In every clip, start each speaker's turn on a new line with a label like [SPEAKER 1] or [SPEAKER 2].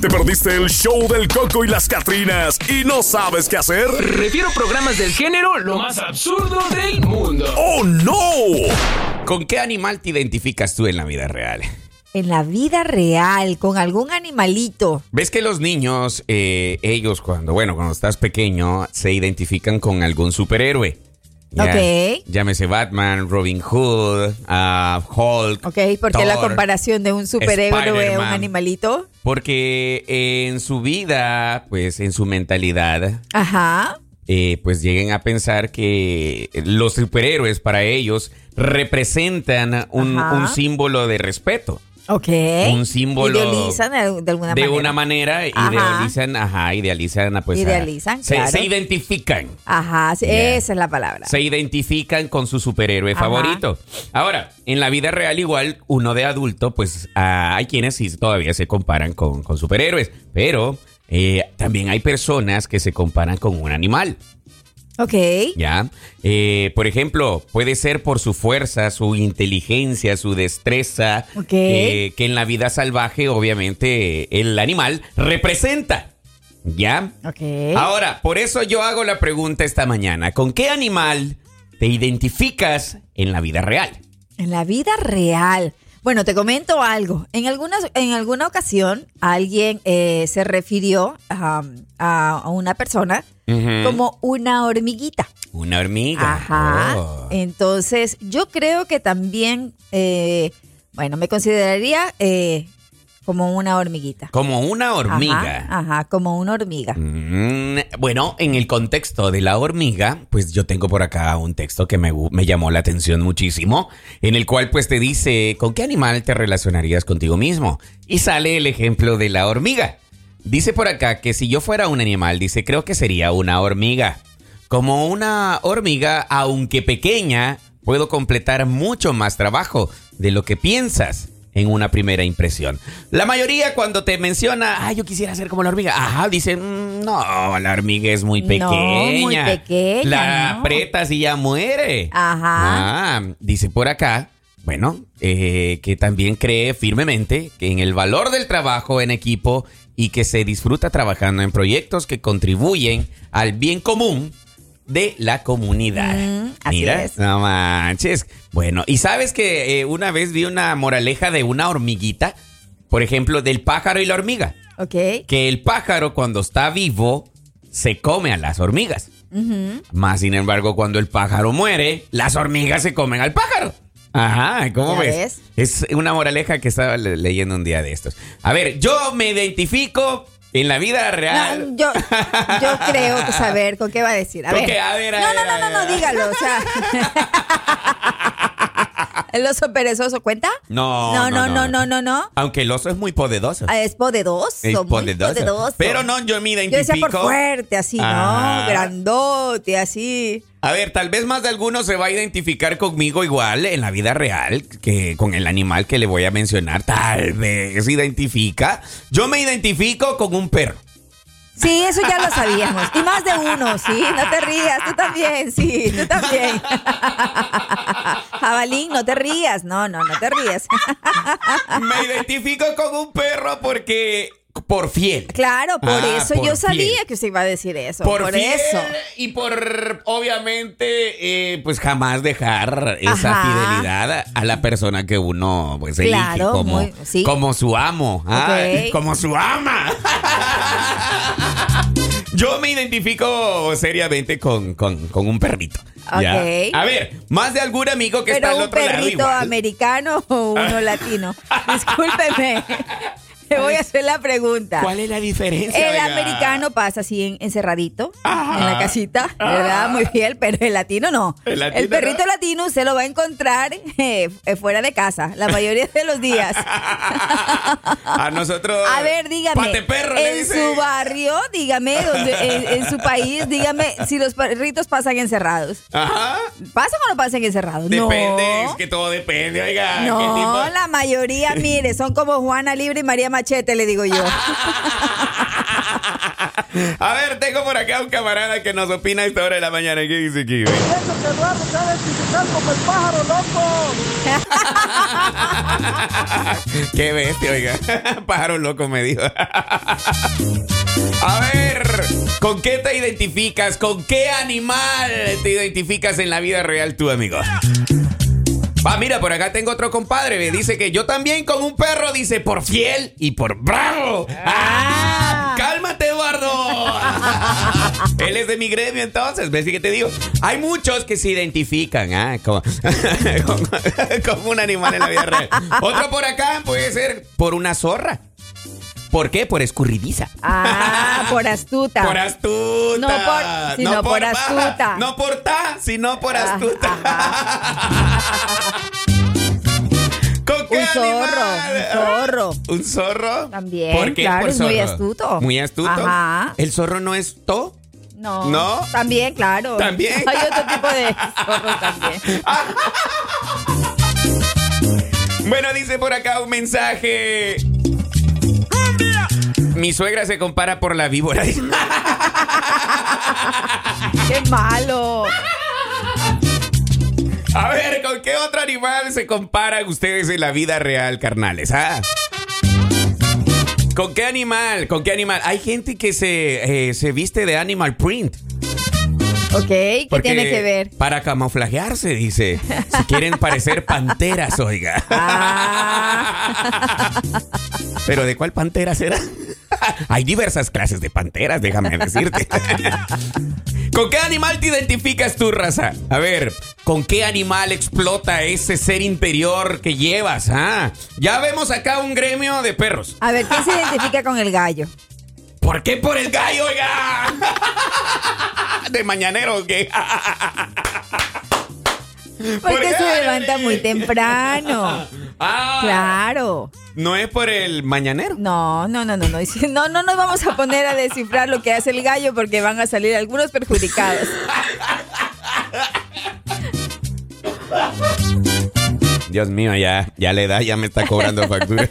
[SPEAKER 1] ¿Te perdiste el show del Coco y las Catrinas y no sabes qué hacer?
[SPEAKER 2] Refiero programas del género lo más absurdo del mundo.
[SPEAKER 1] ¡Oh, no!
[SPEAKER 3] ¿Con qué animal te identificas tú en la vida real?
[SPEAKER 4] En la vida real, con algún animalito.
[SPEAKER 3] ¿Ves que los niños, eh, ellos cuando, bueno, cuando estás pequeño, se identifican con algún superhéroe?
[SPEAKER 4] Ok.
[SPEAKER 3] Llámese Batman, Robin Hood, ah, Hulk.
[SPEAKER 4] Ok, ¿por qué la
[SPEAKER 3] Thor.
[SPEAKER 4] comparación de un superhéroe a un
[SPEAKER 3] Spider-Man.
[SPEAKER 4] animalito?
[SPEAKER 3] Porque en su vida, pues en su mentalidad,
[SPEAKER 4] Ajá.
[SPEAKER 3] eh, pues lleguen a pensar que los superhéroes para ellos representan un,
[SPEAKER 4] Ajá.
[SPEAKER 3] un símbolo de respeto.
[SPEAKER 4] Ok.
[SPEAKER 3] Un símbolo
[SPEAKER 4] Idealizan de, de alguna
[SPEAKER 3] de
[SPEAKER 4] manera.
[SPEAKER 3] una manera
[SPEAKER 4] Ajá.
[SPEAKER 3] idealizan, ajá, idealizan, pues, a-
[SPEAKER 4] Idealizan,
[SPEAKER 3] se,
[SPEAKER 4] claro.
[SPEAKER 3] se identifican,
[SPEAKER 4] Ajá, sí,
[SPEAKER 3] Yeah.
[SPEAKER 4] esa es la palabra.
[SPEAKER 3] se identifican con su superhéroe
[SPEAKER 4] Ajá.
[SPEAKER 3] favorito. Ahora, en la vida real igual, uno de adulto, pues ah, hay quienes sí todavía se comparan con, con superhéroes, pero eh, también hay personas que se comparan con un animal,
[SPEAKER 4] Ok.
[SPEAKER 3] ¿ya? Eh, por ejemplo, puede ser por su fuerza, su inteligencia, su destreza,
[SPEAKER 4] Ok.
[SPEAKER 3] eh, que en la vida salvaje obviamente el animal representa. ¿Ya?
[SPEAKER 4] Ok.
[SPEAKER 3] Ahora, por eso yo hago la pregunta esta mañana. ¿Con qué animal te identificas en la vida real?
[SPEAKER 4] En la vida real. Bueno, te comento algo. En, algunas, en alguna ocasión alguien eh, se refirió um, a, a una persona como una hormiguita.
[SPEAKER 3] Una hormiga.
[SPEAKER 4] Ajá.
[SPEAKER 3] Oh.
[SPEAKER 4] Entonces, yo creo que también, eh, bueno, me consideraría eh, como una hormiguita.
[SPEAKER 3] Como una hormiga.
[SPEAKER 4] Ajá, ajá, como una hormiga.
[SPEAKER 3] Mm, Bueno, en el contexto de la hormiga, pues yo tengo por acá un texto que me, gu- me llamó la atención muchísimo, en el cual pues te dice, ¿con qué animal te relacionarías contigo mismo? Y sale el ejemplo de la hormiga. Dice por acá que si yo fuera un animal, dice, creo que sería una hormiga. Como una hormiga, aunque pequeña, puedo completar mucho más trabajo de lo que piensas en una primera impresión. La mayoría cuando te menciona, ah, yo quisiera ser como la hormiga, ajá, dicen, "Mm, no, la hormiga es muy
[SPEAKER 4] No,
[SPEAKER 3] pequeña.
[SPEAKER 4] muy pequeña,
[SPEAKER 3] La
[SPEAKER 4] no.
[SPEAKER 3] aprietas y ya muere.
[SPEAKER 4] Ajá.
[SPEAKER 3] Ah, dice por acá, bueno, eh, que también cree firmemente que en el valor del trabajo en equipo y que se disfruta trabajando en proyectos que contribuyen al bien común de la comunidad.
[SPEAKER 4] Mm, así
[SPEAKER 3] Mira,
[SPEAKER 4] es.
[SPEAKER 3] no manches. Bueno, y sabes que eh, una vez vi una moraleja de una hormiguita, por ejemplo, del pájaro y la hormiga,
[SPEAKER 4] Ok.
[SPEAKER 3] que el pájaro cuando está vivo se come a las hormigas.
[SPEAKER 4] Ujú.
[SPEAKER 3] Más sin embargo, cuando el pájaro muere, las hormigas se comen al pájaro. Ajá, ¿cómo
[SPEAKER 4] Ya
[SPEAKER 3] ves? Es una moraleja que estaba le- leyendo un día de estos. A ver, yo me identifico en la vida real.
[SPEAKER 4] No, yo, yo creo que saber con qué va a decir. A
[SPEAKER 3] ¿Con
[SPEAKER 4] ver.
[SPEAKER 3] qué? A ver, a
[SPEAKER 4] no,
[SPEAKER 3] ver,
[SPEAKER 4] no,
[SPEAKER 3] a
[SPEAKER 4] no, no,
[SPEAKER 3] ver.
[SPEAKER 4] no, dígalo. O sea. El oso perezoso cuenta.
[SPEAKER 3] No,
[SPEAKER 4] No, no,
[SPEAKER 3] no,
[SPEAKER 4] no, no, no, no.
[SPEAKER 3] Aunque el oso es muy poderoso.
[SPEAKER 4] Ah, Es poderoso.
[SPEAKER 3] Es
[SPEAKER 4] muy
[SPEAKER 3] poderoso.
[SPEAKER 4] poderoso.
[SPEAKER 3] Pero no, Ah. yo me
[SPEAKER 4] Yo decía por
[SPEAKER 3] identifico.
[SPEAKER 4] fuerte, así,
[SPEAKER 3] Ajá.
[SPEAKER 4] ¿no? Grandote, así.
[SPEAKER 3] A ver, tal vez más de alguno se va a identificar conmigo igual en la vida real que con el animal que le voy a mencionar. Tal vez identifica. Yo me identifico con un perro.
[SPEAKER 4] Sí, eso ya lo sabíamos. Y más de uno, sí. No te rías, tú también, sí, tú también. Jabalín, no te rías. No, no, no te rías.
[SPEAKER 3] Me identifico con un perro porque. Por fiel.
[SPEAKER 4] Claro, por
[SPEAKER 3] Ah,
[SPEAKER 4] eso
[SPEAKER 3] por
[SPEAKER 4] yo sabía
[SPEAKER 3] fiel.
[SPEAKER 4] que usted iba a decir eso.
[SPEAKER 3] Por,
[SPEAKER 4] Por,
[SPEAKER 3] fiel
[SPEAKER 4] eso.
[SPEAKER 3] y por, obviamente, eh, pues jamás dejar esa
[SPEAKER 4] Ajá.
[SPEAKER 3] fidelidad a, a la persona que uno, pues, elige
[SPEAKER 4] Claro,
[SPEAKER 3] como,
[SPEAKER 4] muy- sí.
[SPEAKER 3] como su amo. ah,
[SPEAKER 4] Ok.
[SPEAKER 3] Como su ama. Yo me identifico seriamente con, con- con un perrito. ¿ya?
[SPEAKER 4] Ok.
[SPEAKER 3] A ver, más de algún amigo que está
[SPEAKER 4] Pero
[SPEAKER 3] al
[SPEAKER 4] un
[SPEAKER 3] otro lado
[SPEAKER 4] perrito
[SPEAKER 3] igual.
[SPEAKER 4] americano o uno latino. Discúlpeme. Te voy a hacer la pregunta.
[SPEAKER 3] ¿Cuál es la diferencia?
[SPEAKER 4] El
[SPEAKER 3] oiga?
[SPEAKER 4] americano pues. pasa así en- encerradito, en la casita, ¿verdad? Muy fiel, pero el latino no.
[SPEAKER 3] El latino
[SPEAKER 4] perrito
[SPEAKER 3] no.
[SPEAKER 4] latino se lo va a encontrar eh, eh, fuera de casa, la mayoría de los días.
[SPEAKER 3] A nosotros.
[SPEAKER 4] A ver, dígame,
[SPEAKER 3] Pate perro, le
[SPEAKER 4] en
[SPEAKER 3] dicen.
[SPEAKER 4] su barrio, dígame, donde, en, en su país, dígame si los perritos pasan encerrados.
[SPEAKER 3] Ajá.
[SPEAKER 4] ¿Pasan o no pasan encerrados?
[SPEAKER 3] Depende,
[SPEAKER 4] no.
[SPEAKER 3] es que todo depende, oiga. ¿qué
[SPEAKER 4] No,
[SPEAKER 3] tipo?
[SPEAKER 4] la mayoría, mire, son como Juana Libre y María Machete, le digo yo.
[SPEAKER 3] A ver, tengo por acá un camarada que nos opina a esta hora de la mañana. ¿Qué dice aquí? güey?
[SPEAKER 5] Eso que Eduardo está identificando como el pájaro loco.
[SPEAKER 3] Qué bestia, oiga. Pájaro loco me dijo. A ver, ¿con qué te identificas? ¿Con qué animal te identificas en la vida real tú, amigo? Va, mira, por acá tengo otro compadre. Me dice que yo también con un perro, dice, por fiel y por bravo. ¡Ah! ¡Cálmate, Eduardo! Él es de mi gremio, entonces. ¿Ves que te digo? Hay muchos que se identifican ah, como, como- como un animal en la vida real. Otro por acá puede ser por una zorra. ¿Por qué? Por escurridiza.
[SPEAKER 4] Ah, por astuta.
[SPEAKER 3] Por astuta.
[SPEAKER 4] No por- sino por
[SPEAKER 3] ba-
[SPEAKER 4] astuta. Ah,
[SPEAKER 3] No por ta, sino por astuta. ¿Con qué
[SPEAKER 4] Un zorro,
[SPEAKER 3] animal?
[SPEAKER 4] un zorro.
[SPEAKER 3] ¿Un zorro?
[SPEAKER 4] También,
[SPEAKER 3] ¿Por qué?
[SPEAKER 4] claro,
[SPEAKER 3] Por
[SPEAKER 4] es muy
[SPEAKER 3] zorro.
[SPEAKER 4] astuto.
[SPEAKER 3] Muy astuto.
[SPEAKER 4] Ajá.
[SPEAKER 3] ¿El zorro no es to?
[SPEAKER 4] No.
[SPEAKER 3] ¿No?
[SPEAKER 4] También, claro.
[SPEAKER 3] También.
[SPEAKER 4] Hay otro tipo de zorros también.
[SPEAKER 3] Bueno, dice por acá un mensaje. Mi suegra se compara por la víbora.
[SPEAKER 4] Qué malo.
[SPEAKER 3] A ver, ¿con qué otro animal se comparan ustedes en la vida real, carnales? ah? ¿Con qué animal? ¿Con qué animal? Hay gente que se, eh, se viste de animal print.
[SPEAKER 4] Ok, ¿qué
[SPEAKER 3] porque-
[SPEAKER 4] tiene que ver?
[SPEAKER 3] Para camuflajearse, dice. Si quieren parecer panteras, oiga.
[SPEAKER 4] Ah.
[SPEAKER 3] Pero ¿de cuál pantera será? Hay diversas clases de panteras, déjame decirte. ¿Con qué animal te identificas tú, raza? A ver, ¿con qué animal explota ese ser interior que llevas? Ah, ya vemos acá un gremio de perros.
[SPEAKER 4] A ver, ¿quién se identifica con el gallo?
[SPEAKER 3] ¿Por qué por el gallo, oiga? De mañanero, ¿o ¿qué?
[SPEAKER 4] Porque
[SPEAKER 3] qué?
[SPEAKER 4] se levanta muy temprano.
[SPEAKER 3] Ah,
[SPEAKER 4] Claro.
[SPEAKER 3] No es por el mañanero.
[SPEAKER 4] No, no, no, no, no. Y si- No, no nos vamos a poner a descifrar lo que hace el gallo porque van a salir algunos perjudicados.
[SPEAKER 3] Dios mío, ya, ya la edad ya me está cobrando factura.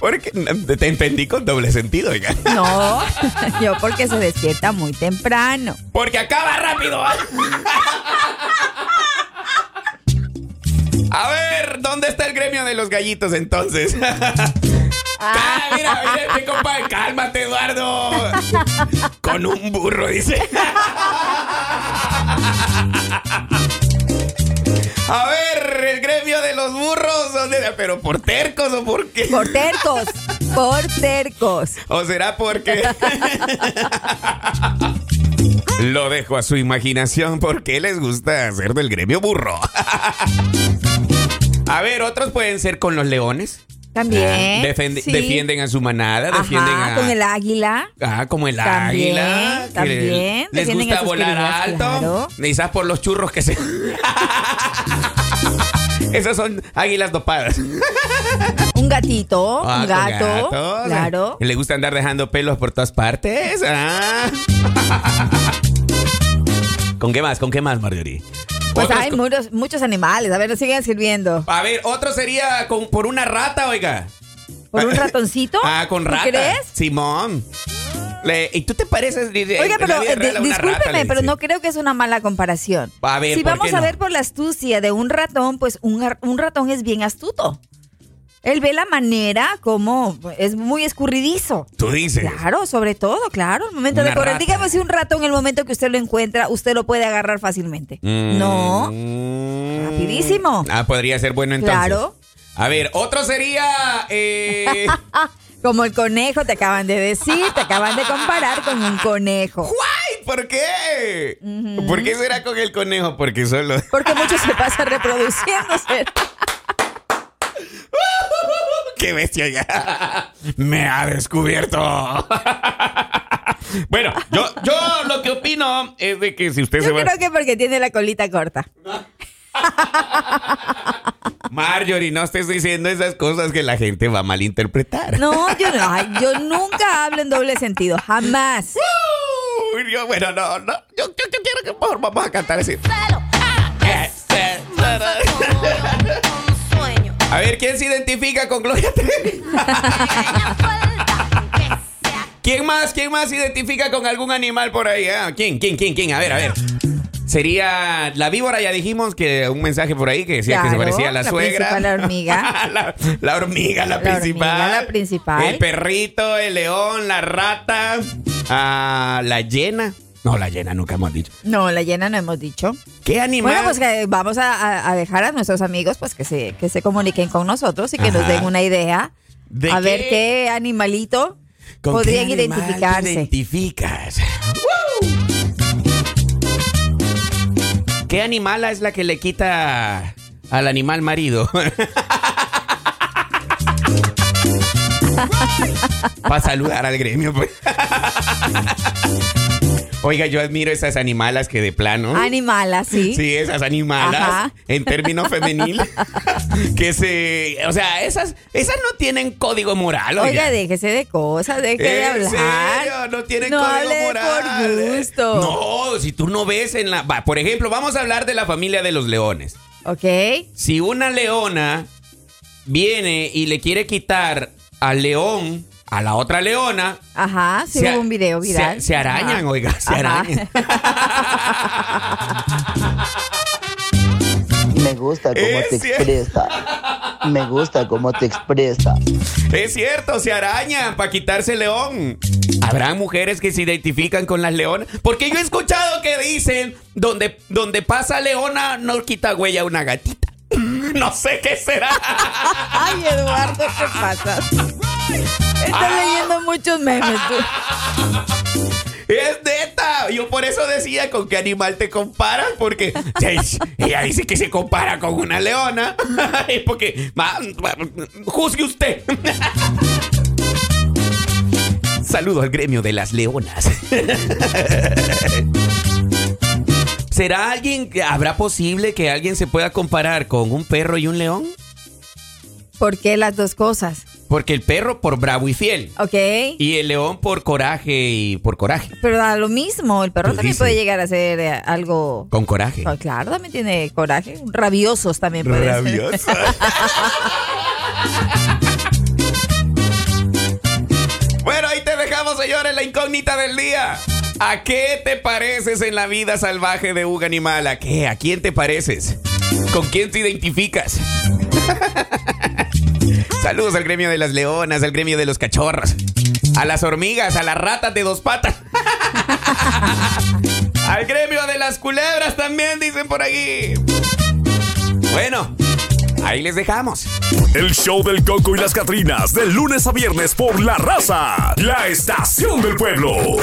[SPEAKER 3] Porque te entendí con doble sentido, oiga.
[SPEAKER 4] No, yo porque se despierta muy temprano.
[SPEAKER 3] Porque acaba rápido. ¿eh? A ver, ¿dónde está el gremio de los gallitos entonces? Ah, mira, mira este compa, cálmate, Eduardo. Con un burro, dice. A ver, el gremio de los burros, ¿dónde? ¿Pero por tercos o por qué?
[SPEAKER 4] Por tercos, por tercos.
[SPEAKER 3] ¿O será porque.? Lo dejo a su imaginación porque les gusta hacer del gremio burro. A ver, otros pueden ser con los leones.
[SPEAKER 4] También.
[SPEAKER 3] Defende-
[SPEAKER 4] sí.
[SPEAKER 3] Defienden a su manada,
[SPEAKER 4] Ajá,
[SPEAKER 3] defienden a.
[SPEAKER 4] con el águila.
[SPEAKER 3] Ah, como el
[SPEAKER 4] También,
[SPEAKER 3] águila. que
[SPEAKER 4] también,
[SPEAKER 3] Les
[SPEAKER 4] defienden
[SPEAKER 3] gusta
[SPEAKER 4] a sus
[SPEAKER 3] volar
[SPEAKER 4] queridas,
[SPEAKER 3] alto.
[SPEAKER 4] claro.
[SPEAKER 3] Quizás por los churros que se. Esas son águilas dopadas.
[SPEAKER 4] Un gatito,
[SPEAKER 3] Ah,
[SPEAKER 4] Oh, un
[SPEAKER 3] con
[SPEAKER 4] gato.
[SPEAKER 3] gatos.
[SPEAKER 4] Claro.
[SPEAKER 3] Le gusta andar dejando pelos por todas partes. Ah. ¿Con qué más? ¿Con qué más, Marjorie?
[SPEAKER 4] Pues
[SPEAKER 3] Otros
[SPEAKER 4] hay
[SPEAKER 3] co-
[SPEAKER 4] muchos, muchos animales. A ver, nos siguen sirviendo.
[SPEAKER 3] A ver, otro sería con- por una rata, oiga.
[SPEAKER 4] ¿Por un ratoncito?
[SPEAKER 3] Ah, con
[SPEAKER 4] ¿Tú
[SPEAKER 3] rata.
[SPEAKER 4] crees?
[SPEAKER 3] Simón. Le- ¿Y tú te pareces? dice,
[SPEAKER 4] Oiga,
[SPEAKER 3] en la
[SPEAKER 4] pero
[SPEAKER 3] vida
[SPEAKER 4] eh,
[SPEAKER 3] real
[SPEAKER 4] de-
[SPEAKER 3] a una rata,
[SPEAKER 4] discúlpeme,
[SPEAKER 3] le
[SPEAKER 4] pero
[SPEAKER 3] dice.
[SPEAKER 4] no creo que es una mala comparación.
[SPEAKER 3] A ver,
[SPEAKER 4] si
[SPEAKER 3] ¿por
[SPEAKER 4] vamos
[SPEAKER 3] qué
[SPEAKER 4] a
[SPEAKER 3] no?
[SPEAKER 4] ver por la astucia de un ratón, pues un, ar- un ratón es bien astuto. Él ve la manera como es muy escurridizo.
[SPEAKER 3] Tú dices.
[SPEAKER 4] Claro, sobre todo, claro, el momento
[SPEAKER 3] Una
[SPEAKER 4] de correr.
[SPEAKER 3] rata.
[SPEAKER 4] Dígame si un ratón, el momento que usted lo encuentra, usted lo puede agarrar fácilmente. No.
[SPEAKER 3] Mm.
[SPEAKER 4] Rapidísimo.
[SPEAKER 3] Ah, podría ser bueno entonces.
[SPEAKER 4] Claro.
[SPEAKER 3] A ver, otro sería. eh,
[SPEAKER 4] Ah, como el conejo, te acaban de decir, te acaban de comparar con un conejo.
[SPEAKER 3] ¡Guay! ¿Por qué? ¿Por qué será con el conejo? Porque solo.
[SPEAKER 4] Porque mucho se pasa reproduciéndose.
[SPEAKER 3] ¡Qué bestia ya! ¡Me ha descubierto! bueno, yo, yo lo que opino es de que si usted se
[SPEAKER 4] Yo
[SPEAKER 3] va.
[SPEAKER 4] creo que porque tiene la colita corta.
[SPEAKER 3] Marjorie, no estés diciendo esas cosas que la gente va a malinterpretar.
[SPEAKER 4] No, yo no. ay, Yo nunca hablo en doble sentido. Jamás.
[SPEAKER 3] Uy, yo, bueno, no, no. Yo, yo- yo quiero que mejor vamos a cantar así. A ver, ¿quién se identifica con Gloria Trevi? ¿Quién más? ¿Quién más se identifica con algún animal por ahí? Ah, ¿Quién? ¿Quién? ¿Quién? ¿Quién? A ver, a ver. Sería la víbora, ya dijimos que un mensaje por ahí que decía que se
[SPEAKER 4] Claro,
[SPEAKER 3] parecía a la,
[SPEAKER 4] la
[SPEAKER 3] suegra.
[SPEAKER 4] principal, la hormiga.
[SPEAKER 3] la, la hormiga, la,
[SPEAKER 4] La
[SPEAKER 3] principal.
[SPEAKER 4] hormiga, la principal.
[SPEAKER 3] El perrito, el león, la rata, ah, la hiena. No, la hiena nunca hemos dicho.
[SPEAKER 4] No, la llena no hemos dicho.
[SPEAKER 3] ¿Qué animal?
[SPEAKER 4] Bueno, pues que vamos a, a- a dejar a nuestros amigos pues que se, que se comuniquen con nosotros y que nos
[SPEAKER 3] Ajá.
[SPEAKER 4] den una idea.
[SPEAKER 3] ¿De
[SPEAKER 4] a
[SPEAKER 3] qué?
[SPEAKER 4] ver qué animalito
[SPEAKER 3] ¿Con qué
[SPEAKER 4] podrían
[SPEAKER 3] animal te
[SPEAKER 4] identificarse.
[SPEAKER 3] identificas? ¿Qué animala es la que le quita al animal marido? Para saludar al gremio, pues. Oiga, yo admiro esas animalas que de plano.
[SPEAKER 4] Animal así.
[SPEAKER 3] Sí, esas animalas
[SPEAKER 4] Ajá.
[SPEAKER 3] en términos femenil. que se. O sea, esas, esas no tienen código moral. Oiga,
[SPEAKER 4] Oiga, déjese de cosas, deje de
[SPEAKER 3] ¿En
[SPEAKER 4] hablar.
[SPEAKER 3] serio? No tiene código
[SPEAKER 4] hable
[SPEAKER 3] moral.
[SPEAKER 4] por gusto.
[SPEAKER 3] No, si tú no ves en la. va, por ejemplo, vamos a hablar de la familia de los leones.
[SPEAKER 4] ¿Ok?
[SPEAKER 3] Si una leona viene y le quiere quitar al león a la otra leona.
[SPEAKER 4] Ajá, sí
[SPEAKER 3] se-
[SPEAKER 4] hubo un video
[SPEAKER 3] se-
[SPEAKER 4] viral.
[SPEAKER 3] Se, arañan,
[SPEAKER 4] Ajá.
[SPEAKER 3] oiga, se
[SPEAKER 4] Ajá.
[SPEAKER 3] arañan.
[SPEAKER 6] Me gusta cómo
[SPEAKER 3] Es
[SPEAKER 6] te
[SPEAKER 3] cierto.
[SPEAKER 6] expresa. Me gusta cómo te expresa.
[SPEAKER 3] Es cierto, se arañan para quitarse el león. ¿Habrá mujeres que se identifican con las leonas? Porque yo he escuchado que dicen, donde, donde pasa leona, no quita huella una gatita. No sé qué será.
[SPEAKER 4] Ay, Eduardo, ¿qué pasa? Estás
[SPEAKER 3] Ah.
[SPEAKER 4] leyendo muchos memes tú.
[SPEAKER 3] Es neta. Yo por eso decía con qué animal te comparas, porque se- ella dice que se compara con una leona. Es porque, ma- ma- juzgue usted. Saludo al gremio de las leonas. ¿Será alguien, habrá posible que alguien se pueda comparar con un perro y un león?
[SPEAKER 4] ¿Por qué las dos cosas?
[SPEAKER 3] Porque el perro por bravo y fiel.
[SPEAKER 4] ¿Ok?
[SPEAKER 3] Y el león por coraje y por coraje.
[SPEAKER 4] Pero da lo mismo, el perro
[SPEAKER 3] Pues
[SPEAKER 4] también
[SPEAKER 3] dice.
[SPEAKER 4] puede llegar a ser eh, algo...
[SPEAKER 3] Con coraje.
[SPEAKER 4] Ah, Claro, también tiene coraje. Rabiosos también puede ser.
[SPEAKER 3] Rabioso. bueno, ahí te dejamos, señores, la incógnita del día. ¿A qué te pareces en la vida salvaje de un animal? ¿A qué? ¿A quién te pareces? ¿Con quién te identificas? Saludos al gremio de las leonas, al gremio de los cachorros, a las hormigas, a las ratas de dos patas. al gremio de las culebras también, dicen por aquí. Bueno, ahí les dejamos.
[SPEAKER 1] El show del Coco y las Catrinas, de lunes a viernes por La Raza, la estación del pueblo.